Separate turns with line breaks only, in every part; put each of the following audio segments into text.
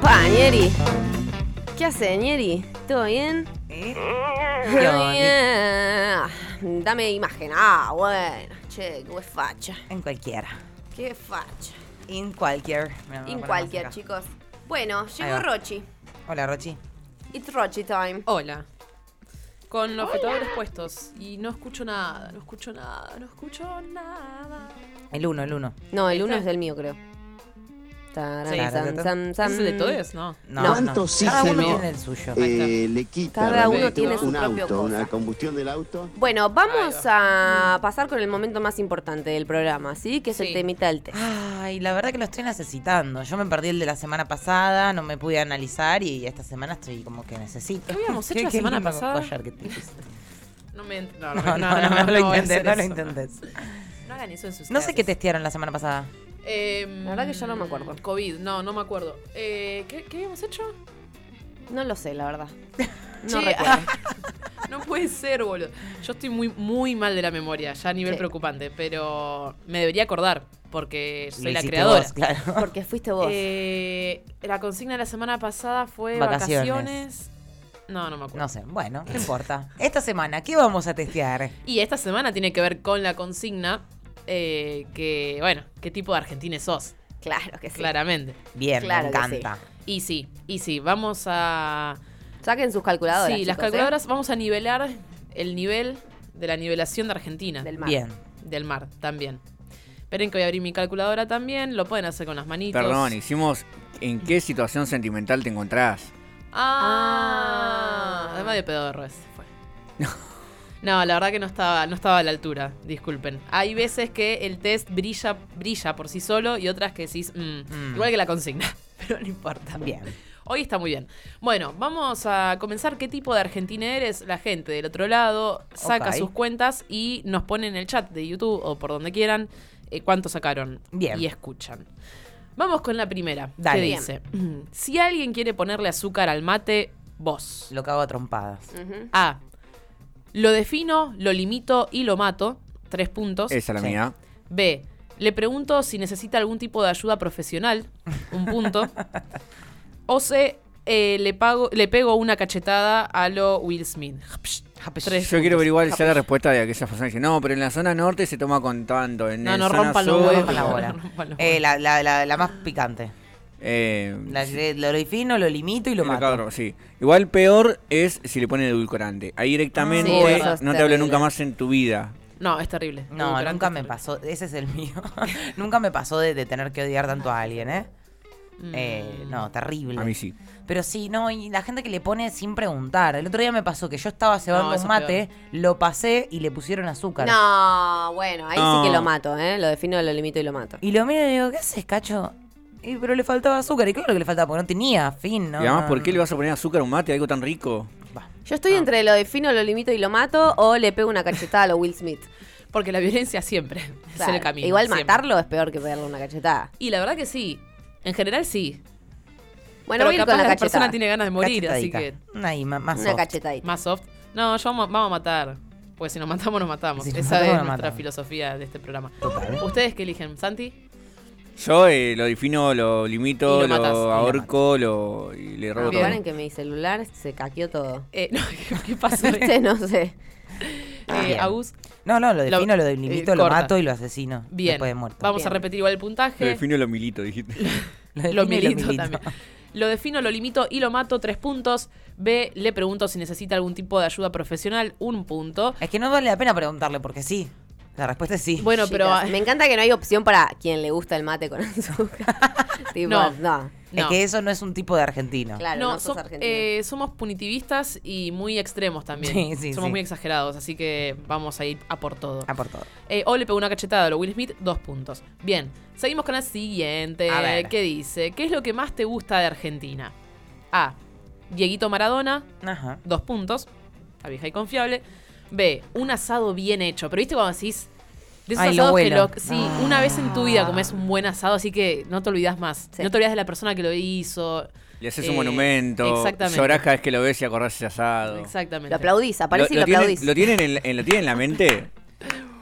Pa, Ñeri. ¿Qué hace, Ñeri? ¿Todo bien?
Eh,
Yeah. Dame imagen. Ah, bueno. Che, qué facha.
En cualquiera.
Qué facha.
In cualquier. Mirá, me
En
lo ponemos
cualquier,
acá.
chicos. Bueno, llegó
va.
Rochi.
Hola, Rochi.
It's Rochi time.
Hola. Con los petadores puestos. Y no escucho nada, no escucho nada, no escucho nada.
El uno, el uno.
No, el
¿Esta?
uno es del mío, creo. Taran,
Sí.
san, san, san.
¿Es el de todos? No.
No,
No.
no.
¿Cuánto
Cada uno
oxígeno?
tiene el suyo.
Ahí está.
eh, le quita
Cada uno
realmente
tiene su
un
propio
auto,
cosa.
una combustión del auto.
Bueno, vamos a pasar con el momento más importante del programa, ¿sí? Que es el
Sí.
temita del té.
Ay, la verdad que lo estoy necesitando. Yo me perdí el de la semana pasada, no me pude analizar y esta semana estoy como que necesito.
¿Qué habíamos hecho la
qué
semana
lindo
pasada?
collar que te hiciste.
No me ent-
No,
no,
no, no, no lo
voy a
intenté,
hacer
no lo
eso.
intentes.
No hagan eso en sus
No sé qué
casas.
testearon la semana pasada.
Em,
La verdad que ya no me acuerdo.
COVID, no, no me acuerdo. Eh, ¿qué, qué habíamos hecho?
No lo sé, la verdad. No
Che,
recuerdo.
No puede ser, boludo. Yo estoy muy, muy mal de la memoria, ya a nivel
Sí.
preocupante, pero me debería acordar, porque
Lo
soy la
hiciste
creadora.
vos, claro.
Porque fuiste vos.
Eh, la consigna de la semana pasada fue
Vacaciones.
vacaciones. No, no me acuerdo.
No sé, bueno, no importa. Esta semana, ¿qué vamos a testear?
Y esta semana tiene que ver con la consigna eh, que, bueno, qué tipo de argentines sos,
claro que sí.
claramente.
Bien,
Claro
me
que sí.
encanta.
Y sí, y sí, vamos a...
Saquen sus calculadoras.
sí,
chicos,
las
¿eh?
calculadoras vamos a nivelar el nivel de la nivelación de Argentina, del,
Del mar.
Bien.
mar también. Esperen que voy a abrir mi calculadora también, lo pueden hacer con las manitos.
Perdón, hicimos en qué situación sentimental te encontrás.
Ah,
Ah.
además de pedorro ese fue. No, la verdad que no estaba, no estaba a la altura, disculpen. Hay veces que el test brilla, brilla por sí solo y otras que decís, mm,
Mm.
igual que la consigna, pero no importa.
Bien.
Hoy está muy bien. Bueno, vamos a comenzar. ¿Qué tipo de argentina eres? La gente del otro lado saca
Ok.
sus cuentas y nos pone en el chat de YouTube o por donde quieran eh, cuánto sacaron
Bien.
y escuchan. Vamos con la primera.
Dale.
Que
Bien.
dice: Si alguien quiere ponerle azúcar al mate, vos.
Lo cago a trompadas.
Ujú.
A. Lo defino, lo limito y lo mato. Tres puntos.
Esa es la
Sí.
mía.
B. Le pregunto si necesita algún tipo de ayuda profesional. Un punto. o C. eh, le, pago, le pego una cachetada a lo Will Smith. Tres
Yo quiero
puntos.
averiguar ya la respuesta de aquella persona que dice, no, pero en la zona norte se toma con tanto. En
No,
la
no
zona
rompan los
sur,
huevos.
Rompan la bola.
Rompan los
Eh, la, la, la, la más picante.
eh,
La, de- lo defino, lo limito y lo
el
mato.
cabro, sí. Igual peor es si le ponen edulcorante. Ahí directamente
Sí, eso es
no te hablo
terrible.
nunca más en tu vida.
No, es terrible.
No,
Edulcorante
nunca
es
me
terrible.
pasó. Ese es el mío. nunca me pasó de, de tener que odiar tanto a alguien, ¿eh? Eh,
Mm.
no, terrible.
A mí sí.
Pero sí, no, y la gente que le pone sin preguntar. El otro día me pasó que yo estaba
No,
cebando
eso
un
es
mate, lo pasé y le pusieron azúcar.
No, bueno, ahí
No.
sí que lo mato, ¿eh? Lo defino, lo limito y lo mato.
Y lo miro y digo, ¿qué haces, cacho? Y, pero le faltaba azúcar. Y claro que le faltaba, porque no tenía fin, ¿no?
y además,
No,
¿por qué le
no.
vas a poner azúcar a un mate, algo tan rico?
Yo estoy entre lo defino, lo limito y lo mato o le pego una cachetada a lo Will Smith.
Porque la violencia siempre
Claro.
es el camino.
Igual
siempre.
matarlo es peor que pegarle una cachetada.
Y la verdad que sí. En general sí.
Bueno,
Pero
voy a ir
capaz
con la
la
cachetada.
persona tiene ganas de morir, así que.
Cachetadita. Ahí, ma- más
Una
soft.
cachetadita.
Más soft. No, yo vamos vamos a matar. Pues si nos matamos, nos matamos.
Si nos
Esa
matamos,
es
nos
nuestra
matamos.
filosofía de este programa.
Total.
¿Ustedes qué eligen? ¿Santi?
Yo eh, lo defino, lo limito,
Y lo
lo,
matás, Ah, y lo
ahorco, lo, y le robo todo.
Recuerden que mi celular se caqueó todo.
Eh, no, ¿qué, qué pasó?
Este no sé.
Eh,
Bien.
Agus,
No, no, lo defino, lo limito,
eh,
lo
corta.
mato y lo asesino.
bien.
Después de muerto.
Vamos a
Bien.
repetir igual el
Lo
puntaje.
defino, lo milito, dijiste.
Lo,
Lo
defino y
milito también. Lo defino, lo limito y lo mato, tres puntos. B, le pregunto si necesita algún tipo de ayuda profesional, un punto.
Es que no vale la pena preguntarle porque sí. La respuesta es sí.
Bueno, pero... ah,
Chicas, me encanta que no hay opción para quien le gusta el mate con azúcar. tipo, no.
No.
Es
no.
que eso no es un tipo de argentino.
Claro, no,
No,
sos
som-
argentino.
eh, somos punitivistas y muy extremos también.
Sí, sí,
somos
sí.
muy exagerados, así que vamos a ir a por todo.
A Ah, por todo.
Eh, o le pegó una cachetada a lo Will Smith, dos puntos. Bien, seguimos con la siguiente.
A ver.
¿Qué dice? ¿Qué es lo que más te gusta de Argentina? A. Dieguito Maradona,
Ajá.
dos puntos. La vieja y confiable. B. Un asado bien hecho. Pero viste cuando decís. De esos
Ay, lo
asados que
huelo.
lo- Sí, una vez en tu vida comes un buen asado, así que no te olvidas más.
Sí.
No te olvidas de la persona que lo hizo.
Le haces
Eh,
un monumento.
exactamente.
Llorás cada vez que lo ves y acordás ese
Oh.
asado.
lo
Exactamente.
aplaudís, aparece y lo,
tienen,
aplaudís.
lo tienen en, en- lo tienen en la mente?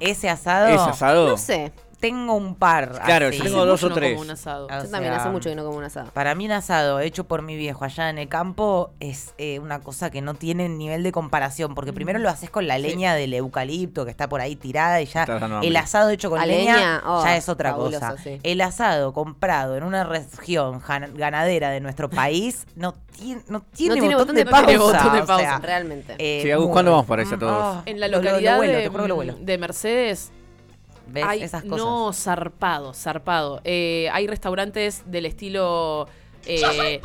Ese asado.
¿Es asado?
No sé.
tengo un par.
Claro,
así.
yo tengo dos o
no
tres.
como un asado.
Ah.
Yo
O
también
sea,
hace mucho que no como un asado.
Para mí un asado hecho por mi viejo allá en el campo es eh, una cosa que no tiene nivel de comparación, porque primero lo haces con la leña del eucalipto que está por ahí tirada y ya
Estás dando hambre.
el asado hecho con
A
leña,
leña, oh,
ya es otra
fabuloso,
cosa.
sí.
El asado comprado en una región jan- ganadera de nuestro país no tiene, no tiene,
tiene botón
botón, de
de pausa.
pausa.
No tiene botón de
o sea,
pausa.
Realmente.
eh,
Sí, Agus,
muy
¿cuándo
bueno.
vamos para allá todos?
Ah,
En la
lo- lo- lo
localidad
vuelo,
de,
te juro que lo vuelo.
de Mercedes
¿Ves?
hay-
Esas cosas.
No, zarpado, zarpado. Eh, hay restaurantes del estilo. eh,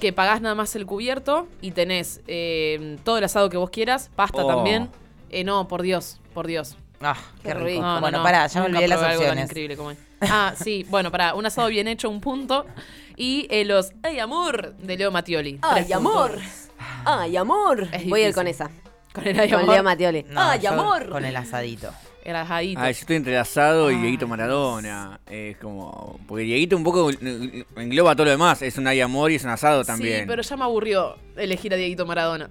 Que pagás nada más el cubierto y tenés eh, todo el asado que vos quieras, pasta
Oh.
también. Eh, no, por Dios, por Dios.
Ah,
Qué
qué rico.
rico.
No, no,
bueno,
no.
pará, ya me
Nunca
olvidé las
probé algo tan
opciones.
increíble como es. Ah, sí, bueno, para un asado bien hecho, un punto. Y eh, los ¡Ay, amor! de Leo Mattioli.
¡Ay,
Tres
amor!
puntos.
¡Ay, amor!
Es
Voy a ir
difícil.
con esa.
Con el ¡Ay,
Con
amor!
Leo Matioli.
No, yo Con el asadito.
El asadito.
Ah, yo estoy entre el asado y Dieguito Maradona. Es como. Porque Dieguito un poco eh, engloba todo lo demás. Es un hay amor y es un asado también.
Sí, pero ya me aburrió elegir a Dieguito Maradona.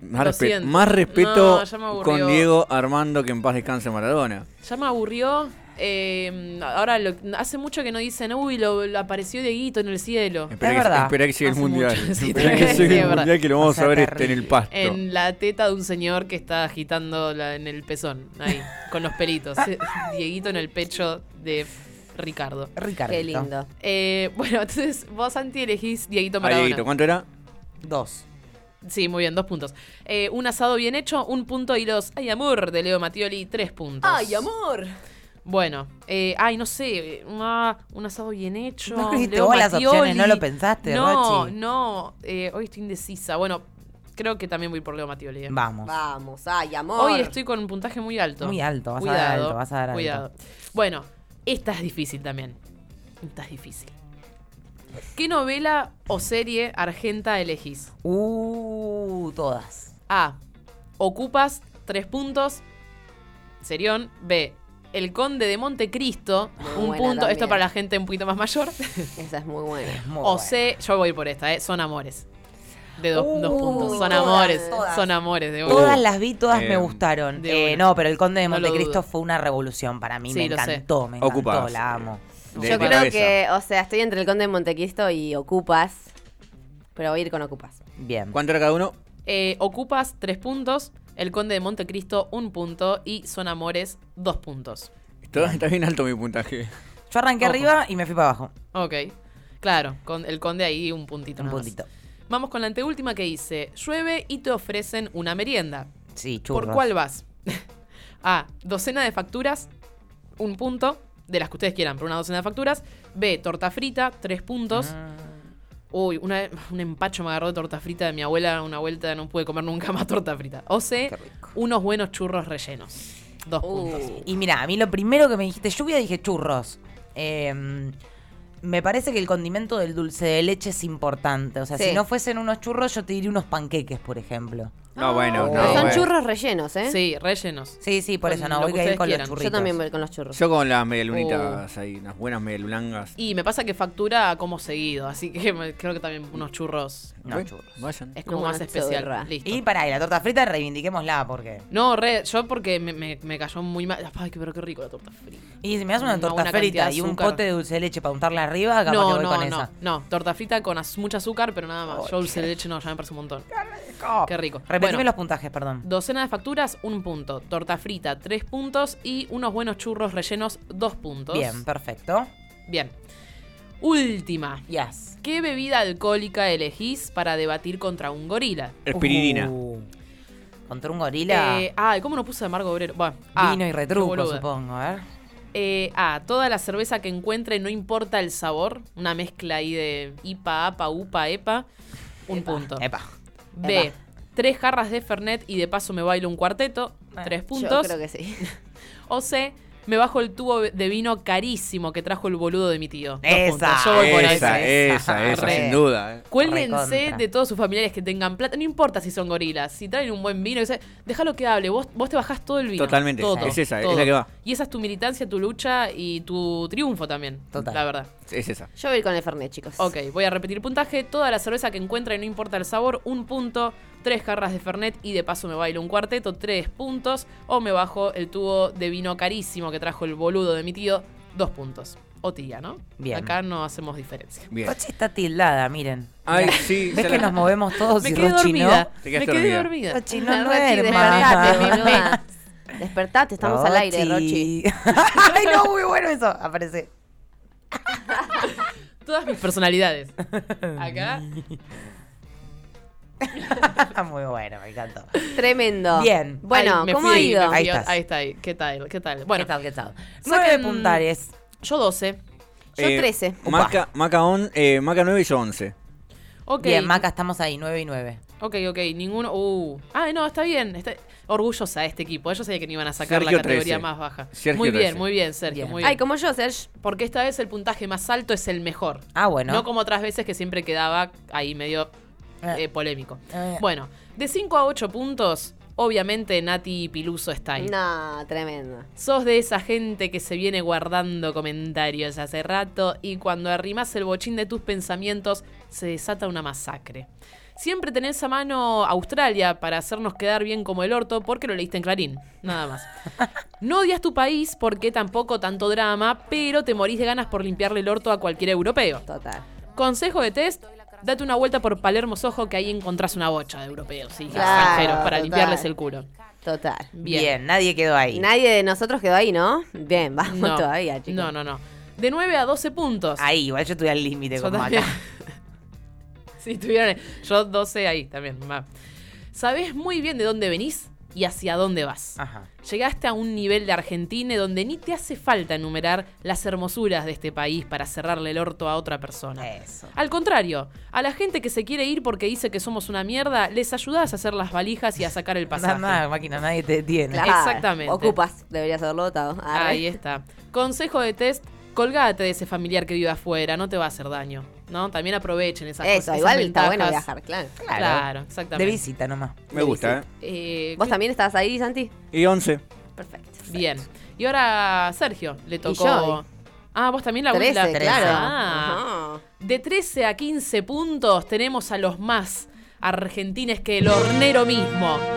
Más,
Lo
respe-
siento.
más respeto
No, ya me aburrió.
con Diego Armando que en paz descanse Maradona.
Ya me aburrió. eh, ahora, lo- hace mucho que no dicen, uy, lo, lo apareció Dieguito en el cielo.
Espera
Es
que,
verdad.
espera que llegue el
Hace
mundial.
mucho, sí,
espera que
también. Sí,
llegue
es
el
verdad.
mundial que lo vamos
O sea,
a ver este en
terrible.
el pasto.
En la teta de un señor que está agitando la- en el pezón, ahí, con los pelitos. Eh, Dieguito en el pecho de Ricardo.
Ricardo.
Qué lindo.
Eh, bueno, entonces vos, Santi, elegís Dieguito
Ah,
Maradona.
Dieguito, ¿cuánto era?
Dos.
Sí, muy bien, dos puntos. Eh, un asado bien hecho, un punto y los Ay Amor de Leo Mattioli, tres puntos.
¡Ay, amor!
Bueno, eh, ay, no sé, eh, ah, un asado bien hecho.
No escribiste
Leo
vos las
Mattioli.
opciones, no lo pensaste,
No,
Rochi.
no, eh, hoy estoy indecisa. Bueno, creo que también voy por Leo Mattioli. eh.
Vamos.
Vamos, ay, amor.
Hoy estoy con un puntaje muy alto.
Muy alto, vas a dar alto, vas a dar alto.
Cuidado. Bueno, esta es difícil también. Esta es difícil. ¿Qué novela o serie argenta elegís?
Uh, todas.
A. Ocupas tres puntos. Serión. B. El Conde de Montecristo.
Muy
un
buena
punto. Esto
también.
para la gente un poquito más mayor.
Esa es muy buena.
Muy
o
buena.
C. Yo voy por esta, ¿eh? Son amores. De dos-
Uh,
dos puntos. Son
todas,
amores.
todas.
Son amores de una.
Todas las vi, todas me
Eh,
gustaron.
Uh, de
Eh,
una.
no, pero el Conde de
No lo
Montecristo
dudo.
fue una revolución para mí.
Sí,
me
lo sé.
encantó, me encantó,
Ocupas.
la amo.
De-
Yo
de
creo
cabeza.
que, o sea, estoy entre el Conde de Montequisto y Ocupas. Pero voy a ir con Ocupas.
Bien.
¿Cuánto era cada uno?
Eh, ocupas tres puntos. El Conde de Montecristo, un punto. Y Son Amores, dos puntos.
Está, está bien alto mi puntaje.
Yo arranqué
Ojo.
arriba y me fui para abajo.
Ok. Claro, con el Conde ahí un puntito.
Un
nada más.
puntito.
Vamos con la anteúltima que dice: llueve y te ofrecen una merienda.
Sí, churros.
¿Por cuál vas? A. Docena de facturas, un punto, de las que ustedes quieran, por una docena de facturas. B. Torta frita, tres puntos.
Ah.
Uy, una, vez- un empacho me agarró de torta frita de mi abuela una vuelta, no pude comer nunca más torta frita. O C.
Qué rico.
Unos buenos churros rellenos. Dos puntos.
Uh.
Y mira, a mí lo primero que me dijiste lluvia, dije churros. Eh, me parece que el condimento del dulce de leche es importante. O sea,
Sí.
si no fuesen unos churros, yo te diría unos panqueques, por ejemplo.
No, bueno,
Pero
no.
son
bueno.
churros rellenos, ¿eh?
Sí, rellenos.
Sí, sí, por
Con
eso no,
lo
voy
que
a ir
ustedes
con
quieran.
los
Yo
churritos.
Yo también voy con los churros.
Yo con las medialunitas ahí, unas buenas medialunas.
Y me pasa que factura como seguido, así que me- creo que también unos churros
No,
Bueno,
churros.
Vayan.
es como
Una
más especial.
churra.
Listo.
Y para la torta frita reivindiquémosla, porque.
No, re, yo porque me, me- me cayó muy mal. Ay, pero qué rico la torta frita.
Y si me das una
Mm, Una
torta
buena cantidad
frita
de
y un
azúcar.
pote de dulce de leche para untarla arriba, capaz que
No,
voy
no,
con
no,
esa.
no. Torta frita con az- mucho azúcar, pero nada más.
Oh,
yo dulce de leche no, ya me parece un montón.
Oh,
Qué rico.
Repetime
Bueno.
los puntajes, perdón.
Docena de facturas, un punto. Torta frita, tres puntos. Y unos buenos churros rellenos, dos puntos.
Bien, perfecto.
Bien. Última.
Yes.
¿Qué bebida alcohólica elegís para debatir contra un gorila?
Espiridina.
Uh, contra un gorila.
Eh, ay, ¿cómo no puse Amargo Obrero? Bueno, ah,
vino y
qué
retruco,
boluda.
supongo. A ver.
Eh, ah, toda la cerveza que encuentre, no importa el sabor. Una mezcla ahí de IPA, APA, UPA, EPA. Un punto.
Epa.
B.
Epa.
Tres jarras de Fernet y de paso me bailo un cuarteto. tres
Yo
puntos.
creo que sí.
O C. Me bajo el tubo de vino carísimo que trajo el boludo de mi tío. Dos
Esa.
puntos. Yo voy por
Esa,
esa.
esa,
Esa,
esa,
re.
sin duda. eh.
Cuélguense
Recontra.
de todos sus familiares que tengan plata. No importa si son gorilas, si traen un buen vino, que sea- déjalo que hable. Vos, vos te bajás todo el vino.
Totalmente,
Todo,
es esa, es
todo.
la que va.
Y esa es tu militancia, tu lucha y tu triunfo también.
Total.
La verdad.
Es esa.
Yo voy a ir con el Fernet, chicos.
Ok, voy a repetir puntaje. Toda la cerveza que encuentre, no importa el sabor, un punto. Tres jarras de Fernet y de paso me bailo un cuarteto, tres puntos. O me bajo el tubo de vino carísimo que trajo el boludo de mi tío, dos puntos. O tía, ¿no?
Bien.
Acá no hacemos diferencia.
Bien.
Rochi está tildada, miren.
Ay,
Mirá.
sí.
¿Ves
se
que
la-
nos movemos todos
Me
y
quedé
Rochi no?
dormida.
Te quedaste
Me quedé dormida.
dormida.
Rochi no, no
Rochi,
duermas.
despertate, boluda. Despertate, estamos al aire, Rochi.
Ay, no, muy bueno eso. Aparece.
Todas mis personalidades. Acá.
muy bueno, me encantó.
Tremendo.
Bien.
Bueno,
Ay, me
¿cómo
fui,
ha ido?
me fui,
Ahí estás.
Ahí está, ahí. ¿Qué tal? ¿Qué tal? Bueno,
¿Qué tal, qué tal?
Saquen-
Nueve puntares.
yo 12.
Yo
Eh,
13.
Eh, Maca, Maca, on- eh, Maca 9 y yo 11.
Ok.
Bien, Maca, estamos ahí, nueve y nueve.
Ok, ok. Ninguno. Uh. Ah, no, está bien. Está orgullosa de este equipo. Ellos sabían que no iban a sacar
Sergio
la categoría
13.
más baja.
Sergio
muy bien,
13.
muy bien, Sergio.
Bien.
Muy bien.
Ay, como yo, Serge.
Porque esta vez el puntaje más alto es el mejor.
Ah, bueno.
No como otras veces que siempre quedaba ahí medio
Ah.
eh, polémico.
Eh.
Bueno, de 5 a 8 puntos, obviamente Nati Piluso está ahí.
No, tremendo.
Sos de esa gente que se viene guardando comentarios hace rato y cuando arrimas el bochín de tus pensamientos se desata una masacre. Siempre tenés a mano Australia para hacernos quedar bien como el orto porque lo leíste en Clarín, nada más. No odias tu país porque tampoco tanto drama, pero te morís de ganas por limpiarle el orto a cualquier europeo.
Total.
Consejo de test, date una vuelta por Palermo Sojo que ahí encontrás una bocha de europeos y
Claro,
extranjeros para
total.
limpiarles el culo.
Total.
Bien.
Bien.
nadie quedó ahí.
Nadie de nosotros quedó ahí, ¿no? Bien, vamos
No,
todavía, chicos.
no, no, no. De 9 a 12 puntos.
Ahí, igual yo estuve al límite
Yo
con
también.
Maca.
sí, tuvieron. Yo 12 ahí también. va. Sabés muy bien de dónde venís y hacia dónde vas.
Ajá.
Llegaste a un nivel de Argentina donde ni te hace falta enumerar las hermosuras de este país para cerrarle el orto a otra persona.
Eso.
Al contrario, a la gente que se quiere ir porque dice que somos una mierda, les ayudás a hacer las valijas y a sacar el
Nada,
pasaje.
nada, máquina, nadie te detiene.
Claro.
Exactamente.
Ocupas, deberías haberlo votado. Arre.
Ahí está. Consejo de test, colgate de ese familiar que vive afuera, no te va a hacer daño. ¿No? También aprovechen esas cosas.
Eso,
esas
igual está
ventajas.
bueno viajar, claro.
Claro,
De
exactamente.
visita nomás.
Me gusta, ¿eh?
Eh,
¿Vos también estabas ahí, Santi?
Y 11.
Perfecto.
Bien. Y ahora Sergio le tocó.
yo.
Ah, vos también la
Trece,
la-
claro.
Ah.
Ajá.
De 13 a 15 puntos tenemos a los más argentines que el hornero mismo. El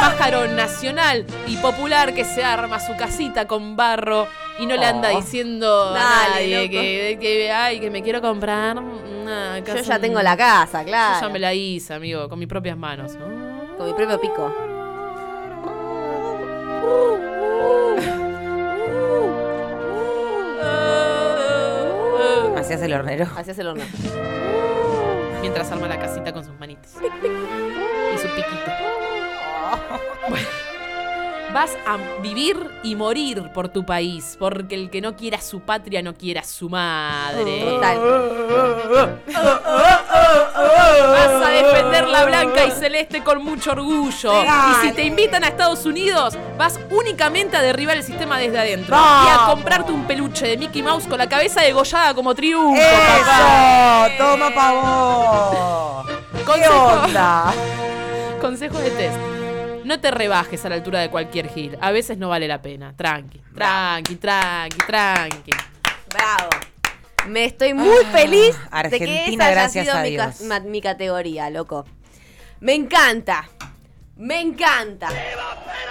pájaro nacional y popular que se arma su casita con barro y no le anda
Oh.
diciendo a
Dale,
nadie
loco.
que, que, ay, que me quiero comprar una
Yo
casa.
ya tengo la casa, claro.
Yo ya me la hice, amigo, con mis propias manos.
Con mi propio pico.
Ah.
Hacías el hornero.
Así es el horno.
Mientras arma la casita con sus manitas. Y su piquito. Bueno. Vas a vivir y morir por tu país, porque el que no quiera su patria no quiera su madre.
Total.
Vas a defender la blanca y celeste con mucho orgullo. Y si te invitan a Estados Unidos, vas únicamente a derribar el sistema desde adentro. Y a comprarte un peluche de Mickey Mouse con la cabeza degollada como triunfo, papá.
¡Eso! ¡Toma pavo! ¿Qué
Consejo.
onda?
Consejo de test. No te rebajes a la altura de cualquier gil. A veces no vale la pena. Tranqui, tranqui, tranqui, tranqui.
Bravo. Me estoy muy feliz de que
Ah, Argentina,
esa haya
gracias
sido
a
mi, ca-
Dios.
ma- mi categoría, loco. Me encanta. Me encanta.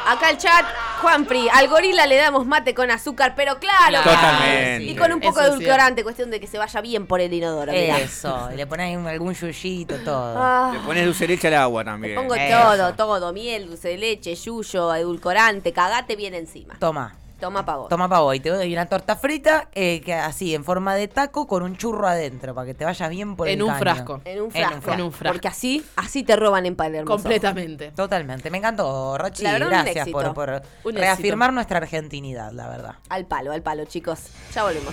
Acá el chat, Juanfri, al gorila le damos mate con azúcar, pero claro.
Totalmente.
Y con un poco de
Eso es
edulcorante, cuestión de que se vaya bien por el inodoro. mirá.
Eso. Le pones algún yuyito, todo.
Ah.
Le pones dulce leche al agua también. Eh,
Pongo
Eso.
todo, todo, miel, dulce de leche, yuyo, edulcorante, cagate bien encima.
Toma.
Toma pavo.
Toma pavo y te doy una torta frita eh, que así en forma de taco con un churro adentro para que te vayas bien por el
En un
caño.
frasco.
En un
En un
frasco.
frasco. En un frasco.
Porque así, así te roban en Palermo.
Completamente.
Totalmente, me encantó, Rochi.
La verdad, un
Gracias
éxito.
por, por
Un
reafirmar nuestra argentinidad, la verdad.
Al palo, al palo, chicos. Ya volvemos.